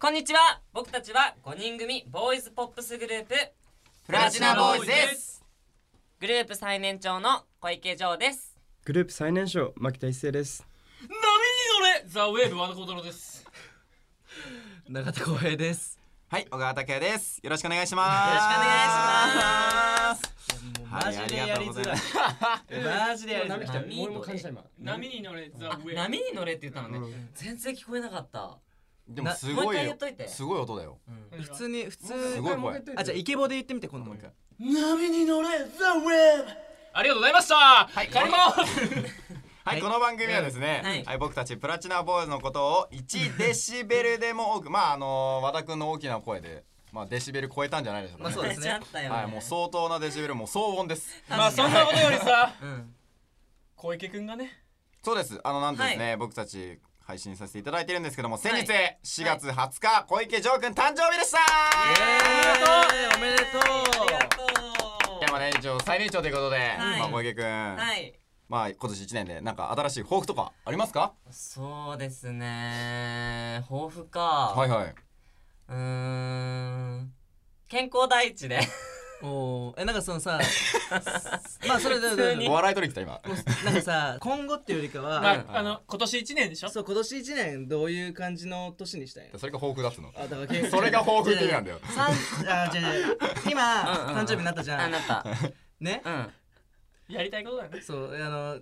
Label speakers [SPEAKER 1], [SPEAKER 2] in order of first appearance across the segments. [SPEAKER 1] こんにちは僕たちは5人組ボーイズポップスグループ
[SPEAKER 2] プ
[SPEAKER 1] ラチナボーイズですグループ最年長の小池城です
[SPEAKER 3] グループ最年少牧田一成です
[SPEAKER 4] 波に乗れザ・ウェーブ和田幸太郎です
[SPEAKER 2] 永田光平です
[SPEAKER 5] はい、小川拓也です。よろしくお願いします。
[SPEAKER 1] よろしくお願
[SPEAKER 5] いします。
[SPEAKER 2] マジでやりづらいマジでやりづらい
[SPEAKER 1] 波来たよ俺も感じた
[SPEAKER 3] 今
[SPEAKER 4] 波に乗れザ・ウ
[SPEAKER 1] あ
[SPEAKER 4] ェーブ
[SPEAKER 1] 波に乗れって言ったのね、全然聞こえなかった
[SPEAKER 5] でもす
[SPEAKER 1] もう
[SPEAKER 5] ご
[SPEAKER 1] 一回
[SPEAKER 5] い
[SPEAKER 1] 言
[SPEAKER 5] よ
[SPEAKER 1] っといて
[SPEAKER 5] すごい音だよ。
[SPEAKER 2] 普通に普通
[SPEAKER 5] すごい声。
[SPEAKER 2] あじゃあイケボで言ってみて今度もう一回
[SPEAKER 4] 波に乗れザ・ウェーブありがとうございましたはい帰ります
[SPEAKER 5] はい、この番組はですね、
[SPEAKER 1] は
[SPEAKER 5] はいい、僕たちプラチナボーイズのことを1デシベルでも多く、まああの和田くんの大きな声で、まあデシベル超えたんじゃないでしょうか、ね。
[SPEAKER 2] まあそうですね
[SPEAKER 1] ちゃったよね、
[SPEAKER 5] はい、もう相当なデシベル、もう騒音です。
[SPEAKER 4] まあそんなことよりさ
[SPEAKER 1] うん
[SPEAKER 4] 小池くんがね
[SPEAKER 5] そうです。あのなんとですね、僕たち配信させていただいてるんですけども、先日4月20日、小池ジョーくん誕生日でした。
[SPEAKER 1] ありがとう
[SPEAKER 5] い
[SPEAKER 2] おめでとう
[SPEAKER 5] やまあね、一応最年長ということで、
[SPEAKER 1] い
[SPEAKER 5] まあ小池くん、
[SPEAKER 1] はい
[SPEAKER 5] まあ今年1年でなんか新しい抱負とかありますか？
[SPEAKER 1] そうですね抱負か
[SPEAKER 5] はいはい。
[SPEAKER 1] うーん健康第一で
[SPEAKER 2] おーえなんかそ のさまあそれででで
[SPEAKER 5] お笑い取りに来た今。
[SPEAKER 2] なんかさ今後っていうよりかは、
[SPEAKER 4] まああの今年一年でしょ
[SPEAKER 2] そう今年一年どういう感じの年にしたいの
[SPEAKER 5] それが抱負だっつうの。
[SPEAKER 2] あだから結
[SPEAKER 5] それが抱負って意味なんだよ。
[SPEAKER 2] 三あじゃ今
[SPEAKER 1] うんうん
[SPEAKER 2] 誕生日になったじゃ
[SPEAKER 1] あ
[SPEAKER 2] ん
[SPEAKER 1] なった
[SPEAKER 2] ね
[SPEAKER 1] うん
[SPEAKER 4] やりたいことだね
[SPEAKER 2] そうあの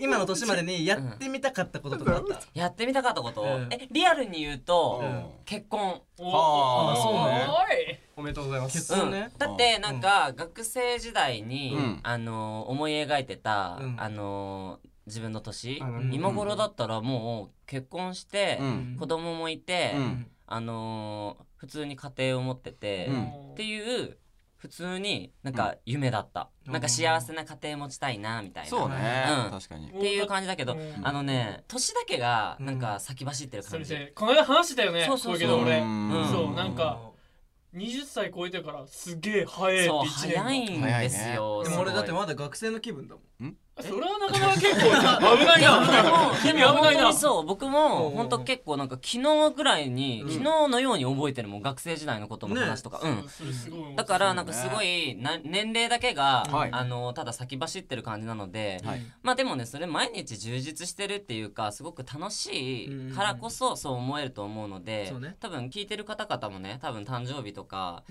[SPEAKER 2] 今の年までにやってみたかったこととかあった
[SPEAKER 1] やってみたかったこと、
[SPEAKER 2] うん
[SPEAKER 1] えリアルに言うと、
[SPEAKER 5] うん
[SPEAKER 1] 結婚
[SPEAKER 4] おー
[SPEAKER 5] あ
[SPEAKER 2] ーそうね
[SPEAKER 4] ね
[SPEAKER 3] おめでとうございま
[SPEAKER 2] 結
[SPEAKER 3] す
[SPEAKER 2] 婚ね
[SPEAKER 1] うん、だってなんか、学生時代に、
[SPEAKER 5] うん
[SPEAKER 1] あのー思い描いてた、
[SPEAKER 2] うん
[SPEAKER 1] あのー自分の年、
[SPEAKER 3] あなるほど
[SPEAKER 1] 今頃だったらもう結婚して、
[SPEAKER 5] うん
[SPEAKER 1] 子供もいて、
[SPEAKER 5] うん
[SPEAKER 1] あのー普通に家庭を持ってて、
[SPEAKER 5] うん
[SPEAKER 1] っていう普通になんか夢だった、
[SPEAKER 2] うん
[SPEAKER 1] なんか幸せな家庭持ちたいなみたいな
[SPEAKER 5] そうね
[SPEAKER 1] うん。
[SPEAKER 5] 確かに。
[SPEAKER 1] っていう感じだけど、
[SPEAKER 4] うん
[SPEAKER 1] あのね年だけが
[SPEAKER 2] うん
[SPEAKER 1] なんか先走ってる
[SPEAKER 4] そ
[SPEAKER 1] 感
[SPEAKER 4] れ
[SPEAKER 1] じ、
[SPEAKER 4] でこの間話してたよね
[SPEAKER 1] そうそうそう
[SPEAKER 4] 小池と俺
[SPEAKER 5] ん
[SPEAKER 4] そうなんか20歳超えてからすげえ早いって
[SPEAKER 1] そう
[SPEAKER 4] 1年
[SPEAKER 1] 早いんですよ、
[SPEAKER 2] ですも
[SPEAKER 1] ごい
[SPEAKER 2] 俺だってまだ学生の気分だもん
[SPEAKER 4] それはなかなか結構危ない
[SPEAKER 1] いやで
[SPEAKER 4] な
[SPEAKER 1] も
[SPEAKER 4] 君
[SPEAKER 1] でも
[SPEAKER 4] 危な
[SPEAKER 1] 本
[SPEAKER 4] い
[SPEAKER 1] 当
[SPEAKER 4] な
[SPEAKER 1] にそう僕
[SPEAKER 2] う
[SPEAKER 1] も
[SPEAKER 2] ん
[SPEAKER 1] 本当結構なんか昨日ぐらいに、
[SPEAKER 2] うん
[SPEAKER 1] 昨日のように覚えてるもん学生時代のことの
[SPEAKER 2] ね
[SPEAKER 1] 話とか、うん
[SPEAKER 4] それすごい思う
[SPEAKER 1] だからなんかすごいな年齢だけが、
[SPEAKER 5] はい
[SPEAKER 1] あのただ先走ってる感じなので、
[SPEAKER 5] はい
[SPEAKER 1] まあでもねそれ毎日充実してるっていうかすごく楽しいからこそそう思えると思うので、
[SPEAKER 2] そうね
[SPEAKER 1] 多分聞いてる方々もね多分誕生日とか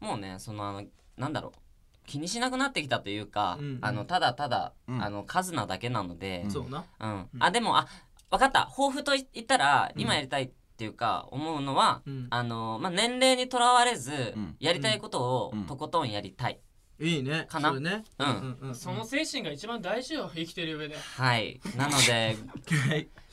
[SPEAKER 1] もうねそのあのなんだろう気にしなくなってきたというか、
[SPEAKER 2] うんうん
[SPEAKER 1] あのただただ、
[SPEAKER 5] うん
[SPEAKER 1] あの数なだけなので、
[SPEAKER 2] そうな
[SPEAKER 1] うん、あでもあ分かった抱負とい言ったら今やりたいっていうか思うのは、
[SPEAKER 2] うん
[SPEAKER 1] あのまあ、年齢にとらわれず、
[SPEAKER 5] うん
[SPEAKER 1] やりたいことを
[SPEAKER 5] うん
[SPEAKER 1] とことんやりたい、
[SPEAKER 2] いいね
[SPEAKER 1] かな
[SPEAKER 2] それね
[SPEAKER 1] うん
[SPEAKER 2] うん
[SPEAKER 4] その精神が一番大事よ生きてる上で
[SPEAKER 1] はいなの で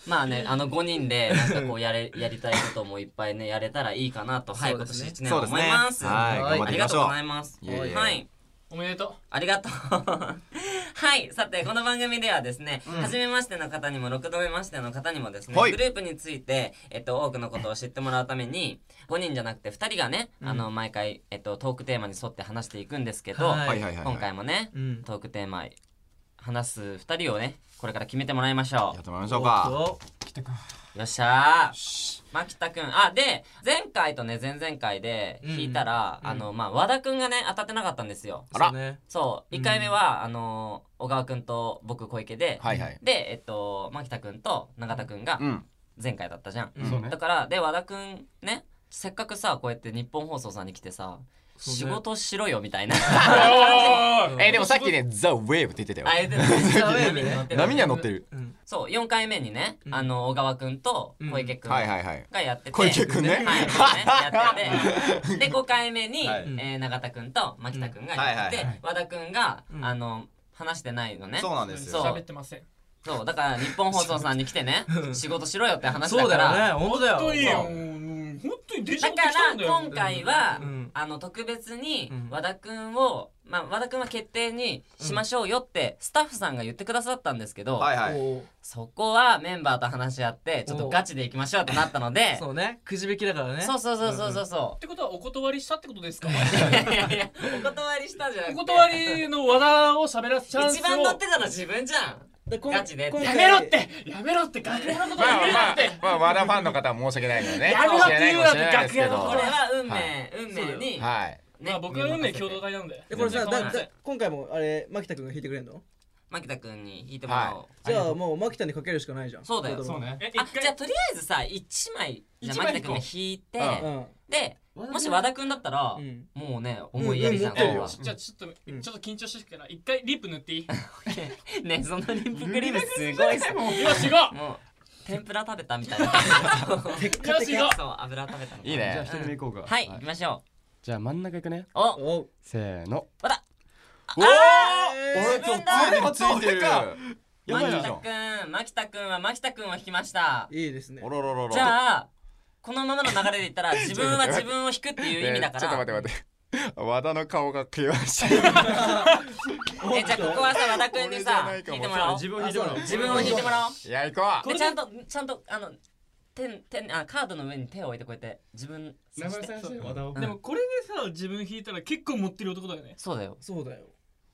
[SPEAKER 1] まあねあの5人でなんかこうやれやりたいこともいっぱいねやれたらいいかなと、はい
[SPEAKER 2] そう
[SPEAKER 1] 今
[SPEAKER 2] です
[SPEAKER 1] 年
[SPEAKER 2] ね
[SPEAKER 1] 1年は思います
[SPEAKER 5] はい、
[SPEAKER 2] は
[SPEAKER 5] 頑
[SPEAKER 2] い
[SPEAKER 5] 張っ
[SPEAKER 1] あ
[SPEAKER 5] てい
[SPEAKER 1] り
[SPEAKER 5] き
[SPEAKER 1] が
[SPEAKER 5] ま
[SPEAKER 1] とう
[SPEAKER 5] しょ
[SPEAKER 1] ご
[SPEAKER 5] う
[SPEAKER 1] ざ。います
[SPEAKER 5] いえいえ
[SPEAKER 1] はい
[SPEAKER 4] おめでと
[SPEAKER 1] ありがとう。 はい、さてこの番組ではですね、初めましての方にも6度目ましての方にもですね、
[SPEAKER 5] はい
[SPEAKER 1] グループについて、えっと、多くのことを知ってもらうために5人じゃなくて2人がね、あの毎回、えっと、トークテーマに沿って話していくんですけど、
[SPEAKER 2] はい
[SPEAKER 5] はいはいはい。
[SPEAKER 1] 今回もね、
[SPEAKER 2] うん
[SPEAKER 1] トークテーマ話す2人をねこれから決めてもらいましょ
[SPEAKER 5] やっ
[SPEAKER 1] う。
[SPEAKER 5] てもらいましょうか。
[SPEAKER 2] おっと
[SPEAKER 1] よっしゃー牧田くんあで前回とね前々回で引いたら、あのまあ、和田くんがね当たってなかったんですよ。
[SPEAKER 5] あら
[SPEAKER 2] そうね
[SPEAKER 1] そう
[SPEAKER 2] うん
[SPEAKER 1] 1回目は、あのー小川君と僕小池で、
[SPEAKER 5] はいはい。
[SPEAKER 1] でえっと牧田君と永田君が
[SPEAKER 5] うん。
[SPEAKER 1] 前回だったじゃん、
[SPEAKER 2] うん
[SPEAKER 5] そうね
[SPEAKER 1] だからで和田君ねせっかくさこうやって日本放送さんに来てさ、
[SPEAKER 2] そうね
[SPEAKER 1] 仕事しろよみたいな
[SPEAKER 4] うおー
[SPEAKER 5] えーでもさっきね、ザ・ウェーブって言ってた よ
[SPEAKER 1] あ。 えてた
[SPEAKER 2] ダメだね
[SPEAKER 5] 波には乗ってる。
[SPEAKER 1] そう4回目にね、あの小川君と小池君
[SPEAKER 5] はいはいはい。
[SPEAKER 1] がやってて、
[SPEAKER 5] 小池くんね
[SPEAKER 1] はい、ねや っててで5回目に、
[SPEAKER 5] はい
[SPEAKER 1] えー永田君と牧田君がやってて、
[SPEAKER 5] うんはいはいは
[SPEAKER 1] 和田君が、
[SPEAKER 2] ん
[SPEAKER 1] あの話してないのね
[SPEAKER 5] そうなんです
[SPEAKER 1] そう
[SPEAKER 5] よ。
[SPEAKER 4] 喋ってません
[SPEAKER 1] そうだから日本放送さんに来てね仕事しろよって話
[SPEAKER 2] そ
[SPEAKER 1] だ
[SPEAKER 2] う
[SPEAKER 1] か
[SPEAKER 2] だよね
[SPEAKER 1] ら
[SPEAKER 2] 本当だよ
[SPEAKER 4] 本当に
[SPEAKER 2] まあ
[SPEAKER 4] 本当にデジ
[SPEAKER 1] だ
[SPEAKER 4] ャブできたんだ
[SPEAKER 1] か
[SPEAKER 4] よ
[SPEAKER 1] ら今回は、
[SPEAKER 2] うん
[SPEAKER 1] あの特別に
[SPEAKER 2] うん
[SPEAKER 1] 和田くんを、まあ、和田くんは決定にしましょうよってスタッフさんが言ってくださったんですけど、
[SPEAKER 5] はいはい。
[SPEAKER 2] おー
[SPEAKER 1] そこはメンバーと話し合ってちょっとガチでいきましょうってなったので
[SPEAKER 2] そうねくじ引きだからね
[SPEAKER 1] そうそうそうそうそうそ
[SPEAKER 4] ってことはお断りしたってことですか
[SPEAKER 1] ういやいやいやお断りしたじゃん
[SPEAKER 4] お断りの和田を喋らすチャンスを
[SPEAKER 1] 一番乗ってたの自分じゃん
[SPEAKER 2] でこん
[SPEAKER 1] ガチで
[SPEAKER 2] 今
[SPEAKER 4] や
[SPEAKER 2] 回
[SPEAKER 4] めろってやめろって楽屋のこと
[SPEAKER 5] ま
[SPEAKER 4] や
[SPEAKER 5] あ
[SPEAKER 4] めろ
[SPEAKER 5] ま
[SPEAKER 4] っ
[SPEAKER 5] あ
[SPEAKER 4] て
[SPEAKER 5] まあ和田ファンの方は申し訳ないけどね
[SPEAKER 4] やめろって言うなって
[SPEAKER 5] 知らないですけど
[SPEAKER 4] 楽屋の
[SPEAKER 1] これは運命運
[SPEAKER 4] そう
[SPEAKER 1] 命
[SPEAKER 4] よ
[SPEAKER 1] に
[SPEAKER 5] はい
[SPEAKER 1] ね
[SPEAKER 4] まあ僕は運命共同体なんで
[SPEAKER 2] でこれさ
[SPEAKER 4] 全然
[SPEAKER 2] だ
[SPEAKER 4] 構わない
[SPEAKER 2] だ今回もあれ牧田君が弾いてくれんの
[SPEAKER 1] 牧田君に弾いてもらおう
[SPEAKER 2] じゃあもう牧田にかけるしかないじゃん
[SPEAKER 1] そうだよ
[SPEAKER 2] 言葉
[SPEAKER 4] そうねえ
[SPEAKER 1] あ
[SPEAKER 4] 一
[SPEAKER 1] じゃあ
[SPEAKER 4] 回
[SPEAKER 1] とりあえずさ1枚じゃあ
[SPEAKER 4] 一枚
[SPEAKER 1] 牧田君が弾いてで
[SPEAKER 2] うん
[SPEAKER 1] もし和田君だったら
[SPEAKER 2] うん
[SPEAKER 1] もうね思いやりじゃん
[SPEAKER 2] うんうん持って
[SPEAKER 5] よ
[SPEAKER 2] る
[SPEAKER 4] じゃあちょっとちょっと緊張してるから一回リップ塗っていい
[SPEAKER 1] ねそのリンプクリームすごいっすも
[SPEAKER 4] よし行こう
[SPEAKER 1] う天ぷら食べたみたいな
[SPEAKER 2] テッ
[SPEAKER 4] よ
[SPEAKER 2] カテ
[SPEAKER 4] し
[SPEAKER 2] カ
[SPEAKER 4] 行こ
[SPEAKER 1] そう油食べたみた
[SPEAKER 5] いい
[SPEAKER 3] じ
[SPEAKER 5] ね
[SPEAKER 3] ゃあ一人目行こうか。
[SPEAKER 1] はい行きましょ
[SPEAKER 3] じゃあ真ん中行くね。
[SPEAKER 1] うお
[SPEAKER 2] おう
[SPEAKER 3] せーの。
[SPEAKER 5] おお俺とついてる
[SPEAKER 3] やばい
[SPEAKER 1] 牧
[SPEAKER 5] や
[SPEAKER 1] 田君牧田君は牧田君を弾きました
[SPEAKER 2] いいですね
[SPEAKER 5] おろろろろ
[SPEAKER 1] じゃあこのままの流れでいったら自分は自分を弾くっていう意味だか
[SPEAKER 5] ちょっと
[SPEAKER 1] ら
[SPEAKER 5] 待って待って 和田の顔が険し い
[SPEAKER 1] えじゃあここはさ和田君にさ
[SPEAKER 5] 俺じゃな
[SPEAKER 1] 弾い
[SPEAKER 5] いかも
[SPEAKER 1] てもらおう
[SPEAKER 3] 自分を引いてもらおう。
[SPEAKER 1] 自分を弾いてもらおう
[SPEAKER 5] いや行こ
[SPEAKER 1] でちゃんとちゃんとあの点点あカードの上に手を置いてこうやって自分
[SPEAKER 3] 名
[SPEAKER 1] 刺し
[SPEAKER 3] 前
[SPEAKER 1] て
[SPEAKER 3] 探して和田を
[SPEAKER 4] うでもこれでさ自分引いたら結構持ってる男だよね
[SPEAKER 1] そうだよ
[SPEAKER 2] そうだよ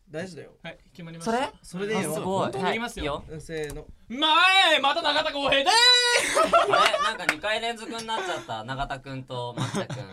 [SPEAKER 2] 大事だよ
[SPEAKER 4] はい決まりまし
[SPEAKER 1] そ
[SPEAKER 4] た
[SPEAKER 1] れ
[SPEAKER 2] それでいい
[SPEAKER 1] あす
[SPEAKER 2] よ
[SPEAKER 1] ごい
[SPEAKER 4] 本当に
[SPEAKER 1] はい
[SPEAKER 4] いきますよ
[SPEAKER 1] よ
[SPEAKER 2] うんせーの
[SPEAKER 4] まあえまた永田浩平で
[SPEAKER 1] あれなんか二回連続になっちゃった永田君と牧田君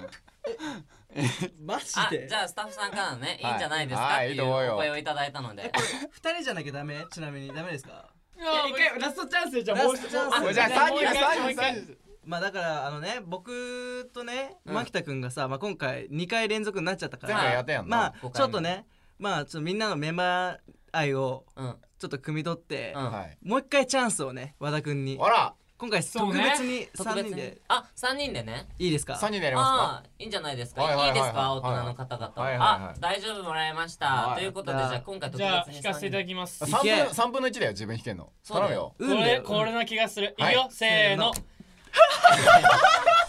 [SPEAKER 2] マジ
[SPEAKER 1] あ
[SPEAKER 2] で
[SPEAKER 1] じゃあスタッフさんからのねい
[SPEAKER 5] はい
[SPEAKER 1] いんじゃないですかっ
[SPEAKER 5] はい
[SPEAKER 1] て
[SPEAKER 5] い
[SPEAKER 1] いう
[SPEAKER 5] いと思うよ
[SPEAKER 1] お声をいただいたので
[SPEAKER 2] 二人じゃなきゃダメちなみにダメですか
[SPEAKER 4] いや一回ラストチャンスでじ
[SPEAKER 2] ゃあもう一ラストチャンスもう
[SPEAKER 5] うじゃあ三人
[SPEAKER 4] もう
[SPEAKER 5] 三
[SPEAKER 4] 一
[SPEAKER 5] 人
[SPEAKER 4] 回
[SPEAKER 5] 三人
[SPEAKER 2] まあだからあのね僕とね
[SPEAKER 1] うん
[SPEAKER 2] 牧田君がさまあ今回二回連続になっちゃったか
[SPEAKER 5] 前
[SPEAKER 2] ら
[SPEAKER 5] 回やったやんな
[SPEAKER 2] ま
[SPEAKER 1] 五回
[SPEAKER 2] あ
[SPEAKER 1] 目
[SPEAKER 2] ちょっとねまあちょっとみんなのメンバー愛を
[SPEAKER 1] うんうん
[SPEAKER 2] ちょっと汲み取って、
[SPEAKER 5] はい
[SPEAKER 2] もう一回チャンスをね和田君に
[SPEAKER 5] あら
[SPEAKER 2] 今回
[SPEAKER 4] そう
[SPEAKER 2] 特
[SPEAKER 4] ね
[SPEAKER 2] 別に
[SPEAKER 1] 特
[SPEAKER 2] 3
[SPEAKER 1] 別
[SPEAKER 2] 人
[SPEAKER 1] に
[SPEAKER 2] で
[SPEAKER 1] あ三人でね
[SPEAKER 2] いいですか
[SPEAKER 5] 三人でやりま
[SPEAKER 1] ああいいんじゃないですか
[SPEAKER 5] はいはい
[SPEAKER 1] い
[SPEAKER 5] はいい
[SPEAKER 1] ですか
[SPEAKER 5] は
[SPEAKER 1] 大
[SPEAKER 5] い
[SPEAKER 1] 人の方々
[SPEAKER 5] はいはいはい
[SPEAKER 1] あ大丈夫もらいました
[SPEAKER 5] はい
[SPEAKER 1] ということでじ
[SPEAKER 2] や
[SPEAKER 1] ゃあ
[SPEAKER 2] った
[SPEAKER 1] 今回特
[SPEAKER 4] じゃあ
[SPEAKER 1] 別に
[SPEAKER 4] 引かせていただ
[SPEAKER 1] 三人
[SPEAKER 4] きます
[SPEAKER 5] す
[SPEAKER 4] こ
[SPEAKER 5] か
[SPEAKER 2] い
[SPEAKER 5] 三
[SPEAKER 2] け
[SPEAKER 5] 分三分の一だよ自分引けんの
[SPEAKER 1] そうだよ
[SPEAKER 5] 頼むよ
[SPEAKER 2] 運だ
[SPEAKER 4] れ
[SPEAKER 2] よ
[SPEAKER 4] これな気がするい
[SPEAKER 5] はい
[SPEAKER 4] くよせーの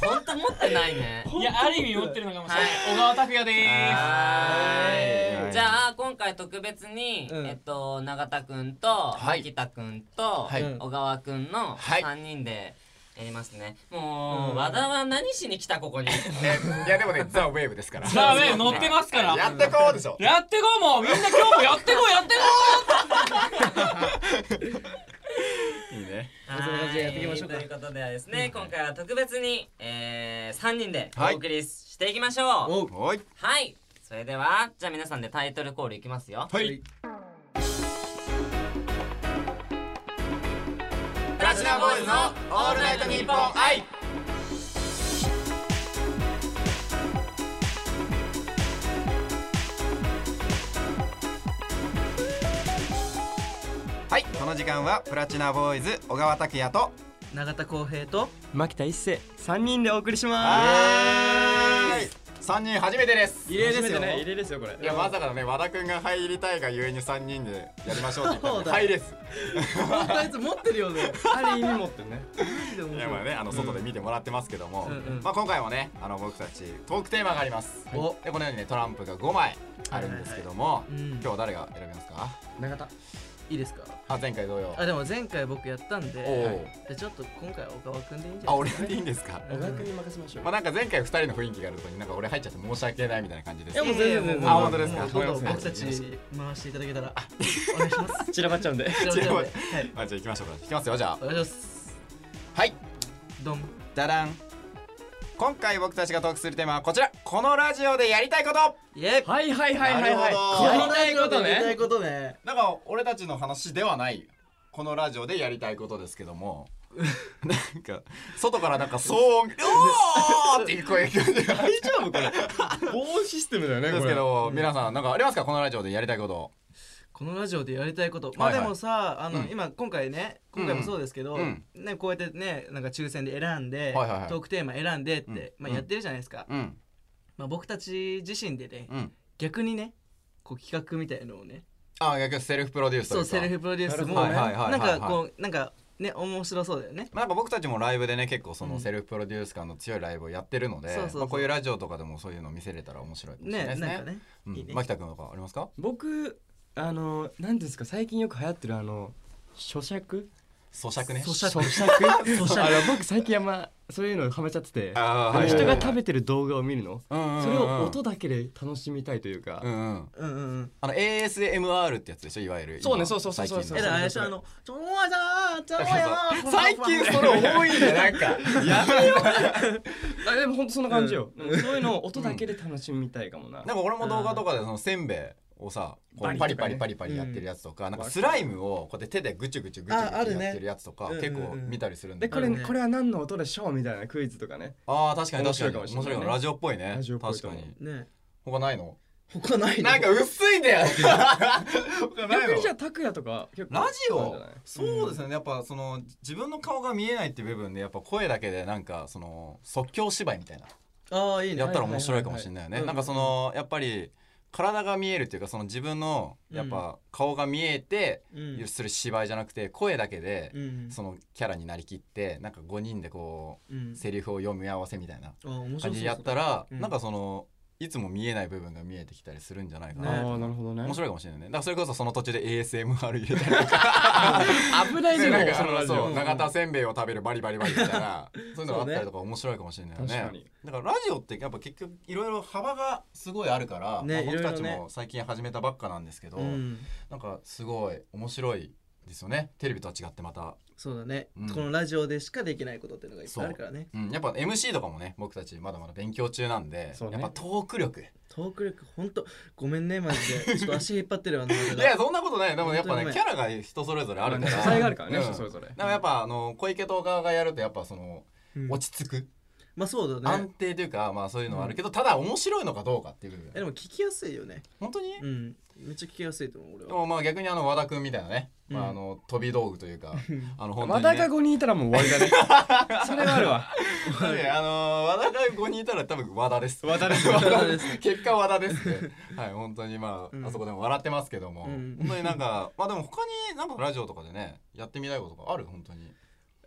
[SPEAKER 1] 本当持ってないね
[SPEAKER 4] いやある意味持ってるのかもしれない小川拓也でー
[SPEAKER 1] は
[SPEAKER 5] は
[SPEAKER 1] ーい
[SPEAKER 5] い
[SPEAKER 1] じゃあ今回特別に、
[SPEAKER 2] うん
[SPEAKER 1] えっと永田くんと
[SPEAKER 5] はい
[SPEAKER 1] 牧田くんと、
[SPEAKER 5] はい
[SPEAKER 1] 小川くんの
[SPEAKER 5] はい
[SPEAKER 1] 3人でやりますね、もう、
[SPEAKER 2] うん
[SPEAKER 1] 和田は何しに来たここに
[SPEAKER 5] えいやでもねザ・ウェーブですから
[SPEAKER 4] すさあね乗ってますか
[SPEAKER 5] や
[SPEAKER 4] らや
[SPEAKER 5] ってこうでしょ
[SPEAKER 4] ってこうもうみんな今日もやってこうやってこ
[SPEAKER 5] いいね
[SPEAKER 1] はい
[SPEAKER 2] そんな感じでやっていきましょうか
[SPEAKER 1] ということではですね、今回は特別に、え3人で
[SPEAKER 5] はい
[SPEAKER 1] お送りしていきましょう
[SPEAKER 2] おう
[SPEAKER 5] おい
[SPEAKER 1] はいそれではじゃあ皆さんでタイトルコールいきますよ
[SPEAKER 5] はいラチナボーイズのオールナイトニッポン愛はいこの時間はプラチナボーイズ小川拓也と
[SPEAKER 2] 永田浩平と
[SPEAKER 3] 牧田一世三人でお送りしま
[SPEAKER 5] はーい三人初めてです
[SPEAKER 3] す。
[SPEAKER 5] い
[SPEAKER 3] 異例ですよね。異例ですよこれ。
[SPEAKER 5] やまさかのね和田くんが入りたいがゆえに三人でやりましょうって言
[SPEAKER 2] そ
[SPEAKER 5] っ
[SPEAKER 2] う
[SPEAKER 5] たら
[SPEAKER 2] だ
[SPEAKER 5] はいです
[SPEAKER 2] 本当あいつ持ってる よね
[SPEAKER 3] ある意味持ってね。
[SPEAKER 5] いやまあねあの外で見てもらってますけども、
[SPEAKER 2] うんうん
[SPEAKER 5] まあ今回もねあの僕たちトークテーマがあります。
[SPEAKER 2] お
[SPEAKER 5] でこのようにねトランプが5枚あるんですけども、
[SPEAKER 2] いはいうん
[SPEAKER 5] 今日誰が選びますか？
[SPEAKER 3] 長田。
[SPEAKER 2] いいですか
[SPEAKER 5] あ前回同様。
[SPEAKER 2] あでも前回僕やったんで
[SPEAKER 5] おう
[SPEAKER 2] はいでちょっと今回は小川君でいいんじゃ
[SPEAKER 5] あ
[SPEAKER 2] ない
[SPEAKER 5] 俺でいいんですか？
[SPEAKER 3] 小川君に任せましょう
[SPEAKER 5] まあ。なんか前回2人の雰囲気があるとこになんか俺入っちゃって申し訳ないみたいな感じです。
[SPEAKER 2] やもう全然全然
[SPEAKER 5] あ本当ですか
[SPEAKER 2] もうどんどん
[SPEAKER 5] ごめんな
[SPEAKER 2] 僕
[SPEAKER 5] さ
[SPEAKER 2] た
[SPEAKER 5] い
[SPEAKER 2] ち回していただけたらお願いします
[SPEAKER 3] 散らばっちゃうんで。
[SPEAKER 2] こちらもねはい
[SPEAKER 5] まあじゃあ行きましょうか。行きますよじゃあ
[SPEAKER 2] お。願いします
[SPEAKER 5] はい。
[SPEAKER 2] どん
[SPEAKER 5] ダダン。今回僕たちがトークするテーマはこちら。このラジオでやりたいこと。
[SPEAKER 2] イエイ
[SPEAKER 3] はいはいはいはい
[SPEAKER 5] なるほ
[SPEAKER 3] は
[SPEAKER 5] ど
[SPEAKER 3] い。やりたいこと
[SPEAKER 2] やりた
[SPEAKER 3] ね。
[SPEAKER 2] いことね
[SPEAKER 5] なんか俺たちの話ではないこのラジオでやりたいことですけどもなんか外からなんか騒音「おー!」っていう声が聞こえてるんで
[SPEAKER 3] 大丈夫これ。防音システムだよね
[SPEAKER 5] すけ。ど皆さんなんかありますかこのラジオでやりたいこと
[SPEAKER 2] このラジオでやりたいことまあ
[SPEAKER 5] はい
[SPEAKER 2] で
[SPEAKER 5] はい
[SPEAKER 2] もさ、あ
[SPEAKER 5] う
[SPEAKER 2] の、
[SPEAKER 5] ん
[SPEAKER 2] 今今回ね今回もそうですけど、
[SPEAKER 5] うん
[SPEAKER 2] ね、こうやってねなんか抽選で選んで、
[SPEAKER 5] はいはいはい
[SPEAKER 2] トークテーマ選んでって、
[SPEAKER 5] うん
[SPEAKER 2] まあ、やってるじゃないですか、
[SPEAKER 5] うん
[SPEAKER 2] まあ、僕たち自身でね、
[SPEAKER 5] うん
[SPEAKER 2] 逆にねこう企画みたいのをね
[SPEAKER 5] あ逆にセルフプロデュースとい
[SPEAKER 2] そうう
[SPEAKER 5] か
[SPEAKER 2] セルフプロデュースも、
[SPEAKER 5] なるほどねはいはいは
[SPEAKER 2] ないん
[SPEAKER 5] はい
[SPEAKER 2] かこうなんかね面白そうだよね
[SPEAKER 5] まあなんか僕たちもライブでね結構そうの
[SPEAKER 2] ん
[SPEAKER 5] セルフプロデュース感の強いライブをやってるので
[SPEAKER 2] そうそうそう
[SPEAKER 5] まあこういうラジオとかでもそういうの見せれたら面白いかもしれ
[SPEAKER 2] ね
[SPEAKER 5] ないです
[SPEAKER 2] なんか
[SPEAKER 5] ね。
[SPEAKER 2] ね
[SPEAKER 5] うん
[SPEAKER 2] いいね
[SPEAKER 5] 牧田君とかありますか
[SPEAKER 3] 僕あの何ですか最近よく流行ってるあの咀嚼
[SPEAKER 5] 咀嚼ね
[SPEAKER 2] 咀
[SPEAKER 6] 咀
[SPEAKER 2] 嚼
[SPEAKER 6] 嚼あの僕最近あんまそういうのハマっちゃってて
[SPEAKER 5] あー
[SPEAKER 6] あの
[SPEAKER 5] はい
[SPEAKER 6] 人が食べてる動画を見るの
[SPEAKER 5] うんうんうん
[SPEAKER 6] それを音だけで楽しみたいという
[SPEAKER 5] う
[SPEAKER 6] か
[SPEAKER 5] んうん
[SPEAKER 2] うんうんうん
[SPEAKER 5] あの ASMR ってやつでしょいわゆる今
[SPEAKER 3] そうねそうそうそうそう
[SPEAKER 5] 最近
[SPEAKER 2] えだ
[SPEAKER 5] の
[SPEAKER 2] からあれでしょあの「ちょおわさんちょおわよ
[SPEAKER 5] 最近それ多いねなんか やめよ
[SPEAKER 6] あでも本当そんな感じよでもそういうのを音だけで楽しみたいかもな
[SPEAKER 5] なんか俺も動画とかでそのせんべいをさこうパ
[SPEAKER 3] バ
[SPEAKER 5] リ
[SPEAKER 3] リと
[SPEAKER 5] パ
[SPEAKER 3] か
[SPEAKER 5] リ
[SPEAKER 3] ね
[SPEAKER 5] パリパリやってるやつとかなんかスライムをこうやって手でぐちゅぐちゅぐちゅぐ
[SPEAKER 2] ああ
[SPEAKER 5] ち
[SPEAKER 2] る
[SPEAKER 5] ゅ
[SPEAKER 2] ね
[SPEAKER 5] やってるやつとか
[SPEAKER 2] うんうんう
[SPEAKER 5] 結
[SPEAKER 2] ん
[SPEAKER 5] 構見たりするんだけ
[SPEAKER 6] で
[SPEAKER 5] ど
[SPEAKER 6] これ
[SPEAKER 2] うん
[SPEAKER 6] これは何の音でしょうみたいなクイズとかね
[SPEAKER 5] ああ確かに
[SPEAKER 6] 面
[SPEAKER 5] 確か
[SPEAKER 6] 白い
[SPEAKER 5] に
[SPEAKER 6] か
[SPEAKER 5] 面
[SPEAKER 6] もしれない
[SPEAKER 5] 白いのラジオっぽいね
[SPEAKER 6] ラジオっぽい
[SPEAKER 5] 確
[SPEAKER 6] と
[SPEAKER 5] か
[SPEAKER 6] 思う
[SPEAKER 5] に
[SPEAKER 2] ね
[SPEAKER 5] 他ない の
[SPEAKER 2] 他ないの
[SPEAKER 5] なんか薄いんだよ 他ない
[SPEAKER 6] 逆にじ
[SPEAKER 5] の
[SPEAKER 6] ゃあ拓也とか結構
[SPEAKER 5] ラジ
[SPEAKER 6] なんじゃ
[SPEAKER 5] オ
[SPEAKER 6] ない
[SPEAKER 5] そうですねやっぱその自分の顔が見えないっていう部分でやっぱ声だけでなんかその即興芝居みたいな
[SPEAKER 2] ああいいね
[SPEAKER 5] やったら面白いかもしれないよね。
[SPEAKER 2] はい
[SPEAKER 5] な
[SPEAKER 2] はいはい
[SPEAKER 5] んかそのやっぱり体が見えるっていうかその自分のやっぱ顔が見えて
[SPEAKER 2] うん
[SPEAKER 5] する芝居じゃなくて声だけで
[SPEAKER 2] うん
[SPEAKER 5] そのキャラになりきってなんか5人でこ
[SPEAKER 2] うん
[SPEAKER 5] うセリフを読み合わせみたいな
[SPEAKER 2] あ面白
[SPEAKER 5] 感
[SPEAKER 2] い
[SPEAKER 5] じでやったら
[SPEAKER 2] うん
[SPEAKER 5] なんかそのいつも見えない部分が見えてきたりするんじゃないか
[SPEAKER 6] あ
[SPEAKER 5] な。
[SPEAKER 6] あなるほどね
[SPEAKER 5] 面白いかもしれないね。だからそれこそその途中で ASMR 入れたりとか、
[SPEAKER 6] 危ないで
[SPEAKER 5] なん
[SPEAKER 6] も
[SPEAKER 5] か
[SPEAKER 6] そのラジ
[SPEAKER 5] そ
[SPEAKER 6] オ
[SPEAKER 5] う永田せんべいを食べるバリバリバリみたいな、そういうのがあったりとか面白いかもしれないよ
[SPEAKER 6] 確
[SPEAKER 5] ね
[SPEAKER 6] か。に
[SPEAKER 5] だからラジオってやっぱ結局いろいろ幅がすごいあるから、
[SPEAKER 2] ね
[SPEAKER 5] まあ僕たち
[SPEAKER 2] いろいろ
[SPEAKER 5] も最近始めたばっかなんですけど、
[SPEAKER 2] うん
[SPEAKER 5] なんかすごい面白いですよねテレビとは違ってまた、
[SPEAKER 2] そうだね
[SPEAKER 5] うん
[SPEAKER 2] このラジオでしかできないことっていうのがいっぱいあるからね
[SPEAKER 5] うん、やっぱ MC とかもね僕たちまだまだ勉強中なんで、
[SPEAKER 6] そうね
[SPEAKER 5] やっぱトーク力
[SPEAKER 2] トーク力ほんとごめんねマジでちょっと足引っ張ってるわね
[SPEAKER 5] いやそんなことないでもやっぱ
[SPEAKER 2] 本当にうま
[SPEAKER 5] ね
[SPEAKER 2] い
[SPEAKER 5] キャラが人それぞれあるから
[SPEAKER 6] まあね素材があるからね
[SPEAKER 5] うん
[SPEAKER 6] 人それぞれ
[SPEAKER 5] だからやっぱあの小池とかがやるとやっぱその
[SPEAKER 2] うん
[SPEAKER 5] 落ち着く、
[SPEAKER 2] まあそうだね
[SPEAKER 5] 安定というかまあそういうのはあるけど、ただ面白いのかどうかっていう部
[SPEAKER 2] え
[SPEAKER 5] 分
[SPEAKER 2] でも聞きやすいよね
[SPEAKER 5] 本当に
[SPEAKER 2] うんめっちゃ聞きやすいと思う俺
[SPEAKER 5] で
[SPEAKER 2] は
[SPEAKER 5] もまあ逆にあの和田君みたいなね、
[SPEAKER 2] うん
[SPEAKER 5] まあ、あの飛び道具というかあの本当
[SPEAKER 6] ま
[SPEAKER 5] に、ね、
[SPEAKER 6] たが5人いたらもう終わりだね それはあるわ
[SPEAKER 5] いやあの和田が5人いたら多分和田です
[SPEAKER 3] 和田です
[SPEAKER 5] 和田です結果和田ですねはい本当にまあ、
[SPEAKER 2] うん
[SPEAKER 5] あそこでも笑ってますけども、
[SPEAKER 2] うん
[SPEAKER 5] 本当になんかまあでも他になんかラジオとかでねやってみたいことがある本当に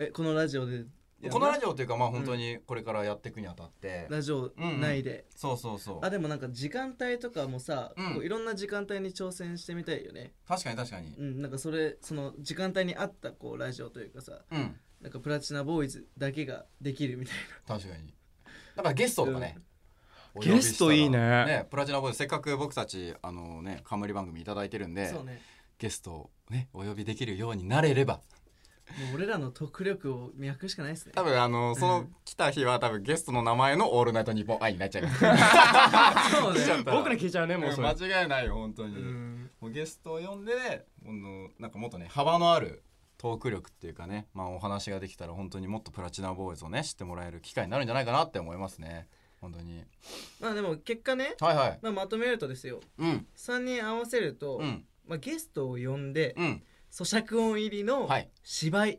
[SPEAKER 2] えこのラジオで
[SPEAKER 5] このラ
[SPEAKER 2] ジ
[SPEAKER 5] ジオというかまあ本当にこれからやっていくにあたって、
[SPEAKER 2] ラジオ内で
[SPEAKER 5] そうそうそう
[SPEAKER 2] あでもなんか時間帯とかもさ、
[SPEAKER 5] うん
[SPEAKER 2] こういろんな時間帯に挑戦してみたいよね
[SPEAKER 5] 確かに確かに
[SPEAKER 2] うんなんかそれその時間帯に合ったこうラジオというかさ
[SPEAKER 5] うん
[SPEAKER 2] なんかプラチナボーイズだけができるみたい
[SPEAKER 5] 確かにだからゲストとかね、
[SPEAKER 6] ん
[SPEAKER 5] お呼びしたら
[SPEAKER 6] ゲストいいね
[SPEAKER 5] ねプラチナボーイズせっかく僕たちあのね冠番組いただいてるん
[SPEAKER 2] な、
[SPEAKER 5] で
[SPEAKER 2] そうね
[SPEAKER 5] ゲストをねお呼びできるようになれれば
[SPEAKER 2] もう俺らの特力を磨くしかないですね
[SPEAKER 5] 多分あのその来た日は多分ゲストの名前の「オールナイトニッポン愛」になっちゃいます
[SPEAKER 2] そうね
[SPEAKER 6] 僕ら聞いちゃうねもうそれ
[SPEAKER 5] 間違いないよ本当に、もうゲストを呼んでねこのなんかもっとね幅のあるトーク力っていうかね、まあ、お話ができたら本当にもっとプラチナボーイズをね知ってもらえる機会になるんじゃないかなって思いますね本当に
[SPEAKER 2] まあでも結果ね、
[SPEAKER 5] はいはい
[SPEAKER 2] まあ、まとめるとですよ
[SPEAKER 5] うん
[SPEAKER 2] 3人合わせると、
[SPEAKER 5] うん
[SPEAKER 2] まあ、ゲストを呼んで、
[SPEAKER 5] うん
[SPEAKER 2] 咀嚼音入り の
[SPEAKER 5] はい
[SPEAKER 2] 芝居っ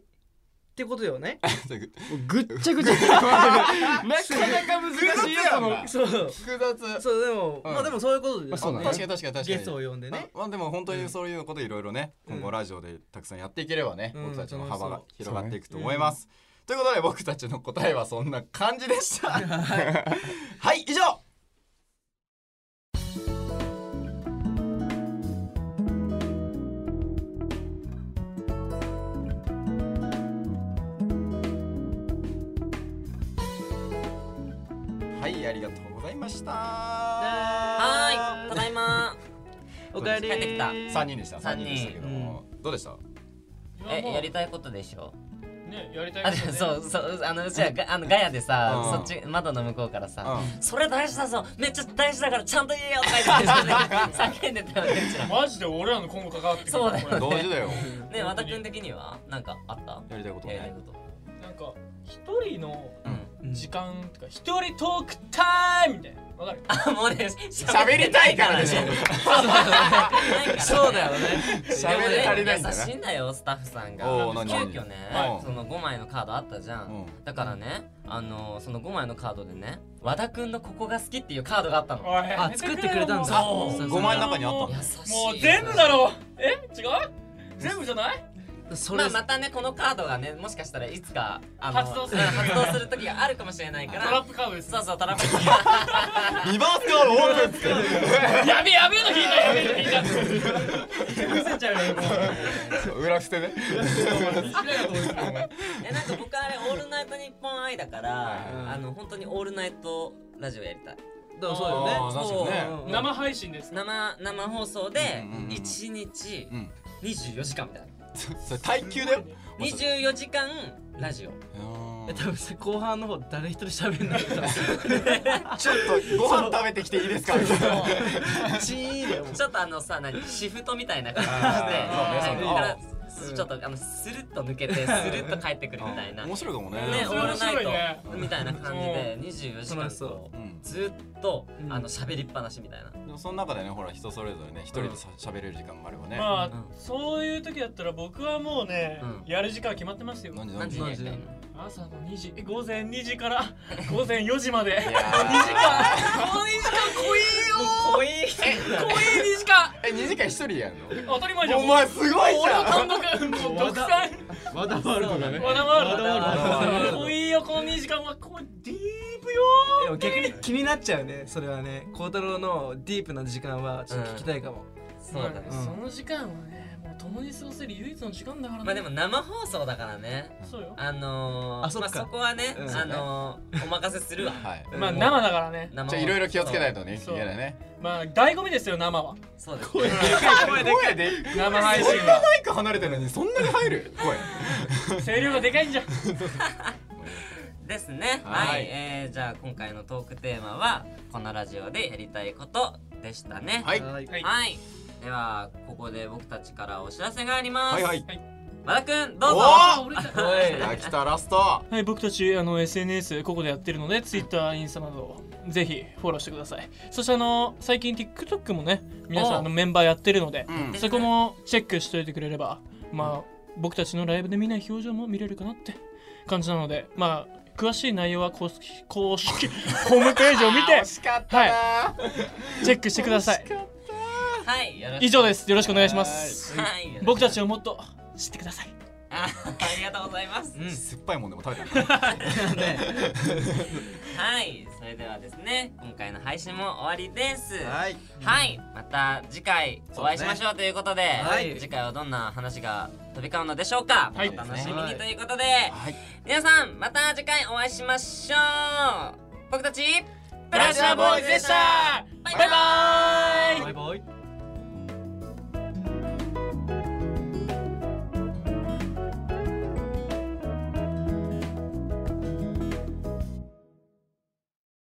[SPEAKER 2] てことだよね、
[SPEAKER 6] もうぐっちゃぐちゃな かなか難しいよその
[SPEAKER 5] 複雑
[SPEAKER 2] そう
[SPEAKER 5] 複雑
[SPEAKER 2] そうで
[SPEAKER 5] う
[SPEAKER 2] も、
[SPEAKER 5] ん
[SPEAKER 2] まあでもそういうことで、
[SPEAKER 6] まあそうだね
[SPEAKER 5] 確かに確かに確かに
[SPEAKER 2] ゲストを呼んでね
[SPEAKER 5] まあでも本当にそういうこといろいろね、
[SPEAKER 2] うん
[SPEAKER 5] 今後ラジオでたくさんやっていければね、
[SPEAKER 2] うん
[SPEAKER 5] 僕たちの
[SPEAKER 2] 楽しそ
[SPEAKER 5] 幅
[SPEAKER 2] う
[SPEAKER 5] が広がっていくと思います、ということで僕たちの答えはそんな感じでした はい以上はいありがとうございました
[SPEAKER 1] はーいただいま
[SPEAKER 2] おかえり
[SPEAKER 1] 帰ってきた
[SPEAKER 5] 三人でした。
[SPEAKER 1] 三人
[SPEAKER 5] 三人でしたけども、どうでした？
[SPEAKER 4] や
[SPEAKER 1] え
[SPEAKER 4] もう
[SPEAKER 1] やりたいことでしょ
[SPEAKER 4] ねやりたい
[SPEAKER 1] あ
[SPEAKER 4] ことね
[SPEAKER 1] そうそうあのうちはがあのガヤでさ、
[SPEAKER 5] うん
[SPEAKER 1] そっち窓の向こうからさ、
[SPEAKER 5] う
[SPEAKER 1] それ大事だぞめっちゃ大事だからちゃんと言えよと か言って、ね、叫んでたよねうちら
[SPEAKER 4] マジで俺らの今後関わってくる
[SPEAKER 1] そうだよ
[SPEAKER 4] これ
[SPEAKER 5] 同時だよ。
[SPEAKER 1] ね和田君的にはなんかあった
[SPEAKER 5] やりたいこと
[SPEAKER 1] やりたい
[SPEAKER 5] ね
[SPEAKER 1] こ。と
[SPEAKER 4] なんか一人の
[SPEAKER 5] うん
[SPEAKER 4] 時間とか一人トークタイムみたいなわかる
[SPEAKER 1] あもうね
[SPEAKER 5] 喋りたいからでしょ。
[SPEAKER 1] そうだよね
[SPEAKER 5] 喋り足りないんだな
[SPEAKER 1] 優しいんだよスタッフさんが
[SPEAKER 5] おー
[SPEAKER 1] 急
[SPEAKER 5] 何何
[SPEAKER 1] 遽ね
[SPEAKER 5] はい
[SPEAKER 1] その5枚のカードあったじゃ
[SPEAKER 5] うん
[SPEAKER 1] んだからねあのーその5枚のカードでね和田くんのここが好きっていうカードがあったの
[SPEAKER 4] おいやめ
[SPEAKER 2] 作ってくれたんだ
[SPEAKER 4] くれよもう
[SPEAKER 2] そう
[SPEAKER 5] 五枚の中にあったの
[SPEAKER 1] 優しい
[SPEAKER 4] もう全部だろえ違う全部じゃない
[SPEAKER 2] それ
[SPEAKER 1] まあまたねこのカードがねもしかしたらいつかあの
[SPEAKER 4] 発動する
[SPEAKER 1] うん発動する時があるかもしれないから
[SPEAKER 4] トラップカードです
[SPEAKER 1] そうそうトラップ カード
[SPEAKER 5] リバースカードオープン使う
[SPEAKER 4] やべえやべえの引いたやべえの引いた
[SPEAKER 5] 裏捨てね
[SPEAKER 1] えなんか僕あれ「オールナイトニッポン愛」だから、
[SPEAKER 5] はい
[SPEAKER 2] はい
[SPEAKER 1] あの本当に「オールナイトラジオ」やりたい
[SPEAKER 2] だからそうだよね
[SPEAKER 5] あー確かにね
[SPEAKER 2] うん
[SPEAKER 4] 生配信です
[SPEAKER 1] 生生放送で
[SPEAKER 5] うんうんうんうん
[SPEAKER 1] 1日
[SPEAKER 5] うん
[SPEAKER 1] 24時間みたいな
[SPEAKER 5] それ耐久だよ
[SPEAKER 1] 24時間ラジオ
[SPEAKER 5] うん
[SPEAKER 2] え多分さ後半の方誰一人喋んないから
[SPEAKER 5] ちょっとご飯食べてきていいですかみたいな
[SPEAKER 2] チーンだよ
[SPEAKER 1] ちょっとあのさ何シフトみたいな感じで
[SPEAKER 5] あ
[SPEAKER 4] ーそ
[SPEAKER 1] はい
[SPEAKER 4] うねそうね
[SPEAKER 1] ここからすちょっとあのスルッと抜けてスルッと帰ってくるみたいなね
[SPEAKER 5] 面白いかもね
[SPEAKER 1] 「オールナ
[SPEAKER 4] 面白い
[SPEAKER 1] イ
[SPEAKER 4] ね
[SPEAKER 1] ト」みたいな感じで24時間
[SPEAKER 2] 楽しそう
[SPEAKER 1] こう
[SPEAKER 5] うん
[SPEAKER 1] ずっと
[SPEAKER 2] うん
[SPEAKER 1] あの喋りっぱなしみたいな
[SPEAKER 5] でもその中でねほら人それぞれね一人でさ喋れる時間もあればね
[SPEAKER 4] ま
[SPEAKER 1] う
[SPEAKER 4] あ
[SPEAKER 1] ん
[SPEAKER 4] そういう時だったら僕はもうね
[SPEAKER 1] うん
[SPEAKER 4] やる時間は決まってますよ
[SPEAKER 5] 何
[SPEAKER 1] 何
[SPEAKER 5] 何
[SPEAKER 1] 時
[SPEAKER 5] 時
[SPEAKER 1] に
[SPEAKER 5] い
[SPEAKER 1] や
[SPEAKER 5] や
[SPEAKER 1] りたいの
[SPEAKER 4] 朝の2時え午前2時から 午前4時まで
[SPEAKER 5] ー
[SPEAKER 4] この2時間濃い
[SPEAKER 1] 濃い
[SPEAKER 4] よ濃い2時間
[SPEAKER 5] え2時間一人でやる
[SPEAKER 4] 当たり前じゃ
[SPEAKER 5] の
[SPEAKER 4] ん
[SPEAKER 5] お前すごいじ
[SPEAKER 4] 俺の
[SPEAKER 5] ゃん
[SPEAKER 4] 単独もう独裁
[SPEAKER 3] 和田ワールドだね
[SPEAKER 4] 和田ワー
[SPEAKER 1] 和
[SPEAKER 4] ル
[SPEAKER 1] 田ワ
[SPEAKER 5] ール
[SPEAKER 4] ド
[SPEAKER 5] ド
[SPEAKER 4] 濃いよこの2時間はこうディープよ
[SPEAKER 2] でも逆に気になっちゃうねそれはね孝太郎のディープな時間はちょっと聞きたいかも、
[SPEAKER 1] そうだね
[SPEAKER 4] まあその時間はねもう共に過ごせる唯一の時間だからね
[SPEAKER 1] まあでも生放送だからね
[SPEAKER 4] そうよ
[SPEAKER 1] あのー、
[SPEAKER 2] あそっ
[SPEAKER 1] ま
[SPEAKER 2] か
[SPEAKER 1] あ、そこはね、
[SPEAKER 2] うん
[SPEAKER 1] あのー、お任せす るわ
[SPEAKER 5] はい
[SPEAKER 4] まあ生だからね
[SPEAKER 1] 生
[SPEAKER 5] じゃあいろいろ気をつけない
[SPEAKER 1] と
[SPEAKER 5] とねいけ
[SPEAKER 4] そう
[SPEAKER 5] ないね
[SPEAKER 4] まあ醍醐味ですよ生は
[SPEAKER 1] そうです
[SPEAKER 5] 声で
[SPEAKER 4] 生配
[SPEAKER 5] そ
[SPEAKER 4] 信
[SPEAKER 5] んな
[SPEAKER 4] は
[SPEAKER 5] マイク離れてるのにそんなに入る声
[SPEAKER 4] 声量がでかいんじ ゃん
[SPEAKER 1] ですねは、
[SPEAKER 5] はいい
[SPEAKER 1] えー、じゃあ今回のトークテーマはこのラジオでやりたいことでしたね
[SPEAKER 5] はい
[SPEAKER 2] はい
[SPEAKER 1] はい、ではここで僕たちからお知らせがあります
[SPEAKER 5] はいはい
[SPEAKER 1] 和田くんどうぞ
[SPEAKER 5] お
[SPEAKER 4] あ俺だ
[SPEAKER 2] おい
[SPEAKER 5] あ来たラスト
[SPEAKER 4] はい、僕たちあの SNS ここでやってるので Twitter、インスタなどぜひフォローしてくださいそしてあの最近 TikTok もね皆さんあのメンバーやってるので
[SPEAKER 5] うん
[SPEAKER 4] そこもチェックしておいてくれればまあ僕たちのライブで見ない表情も見れるかなって感じなのでまあ詳しい内容は公式公式ホームページを見 て
[SPEAKER 5] 惜しかったな
[SPEAKER 4] チェックしてください
[SPEAKER 1] はいよろしく
[SPEAKER 4] 以上ですよろしくお願いします
[SPEAKER 1] はいよろしく
[SPEAKER 4] 僕たちをもっと知ってください
[SPEAKER 1] あありがとうございます、
[SPEAKER 5] うん酸っぱいもんでも食べて る
[SPEAKER 1] はいそれではですね今回の配信も終わりです
[SPEAKER 2] はい
[SPEAKER 1] はい、また次回お会いしましょうということで、
[SPEAKER 2] はい
[SPEAKER 1] 次回はどんな話が飛び交うのでしょうか、
[SPEAKER 4] はい
[SPEAKER 1] お楽しみ
[SPEAKER 2] は
[SPEAKER 1] に
[SPEAKER 2] い
[SPEAKER 1] ということで、
[SPEAKER 5] はい
[SPEAKER 1] 皆さんまた次回お会いしましょう僕たちプラチナボーイズでしたバイバイ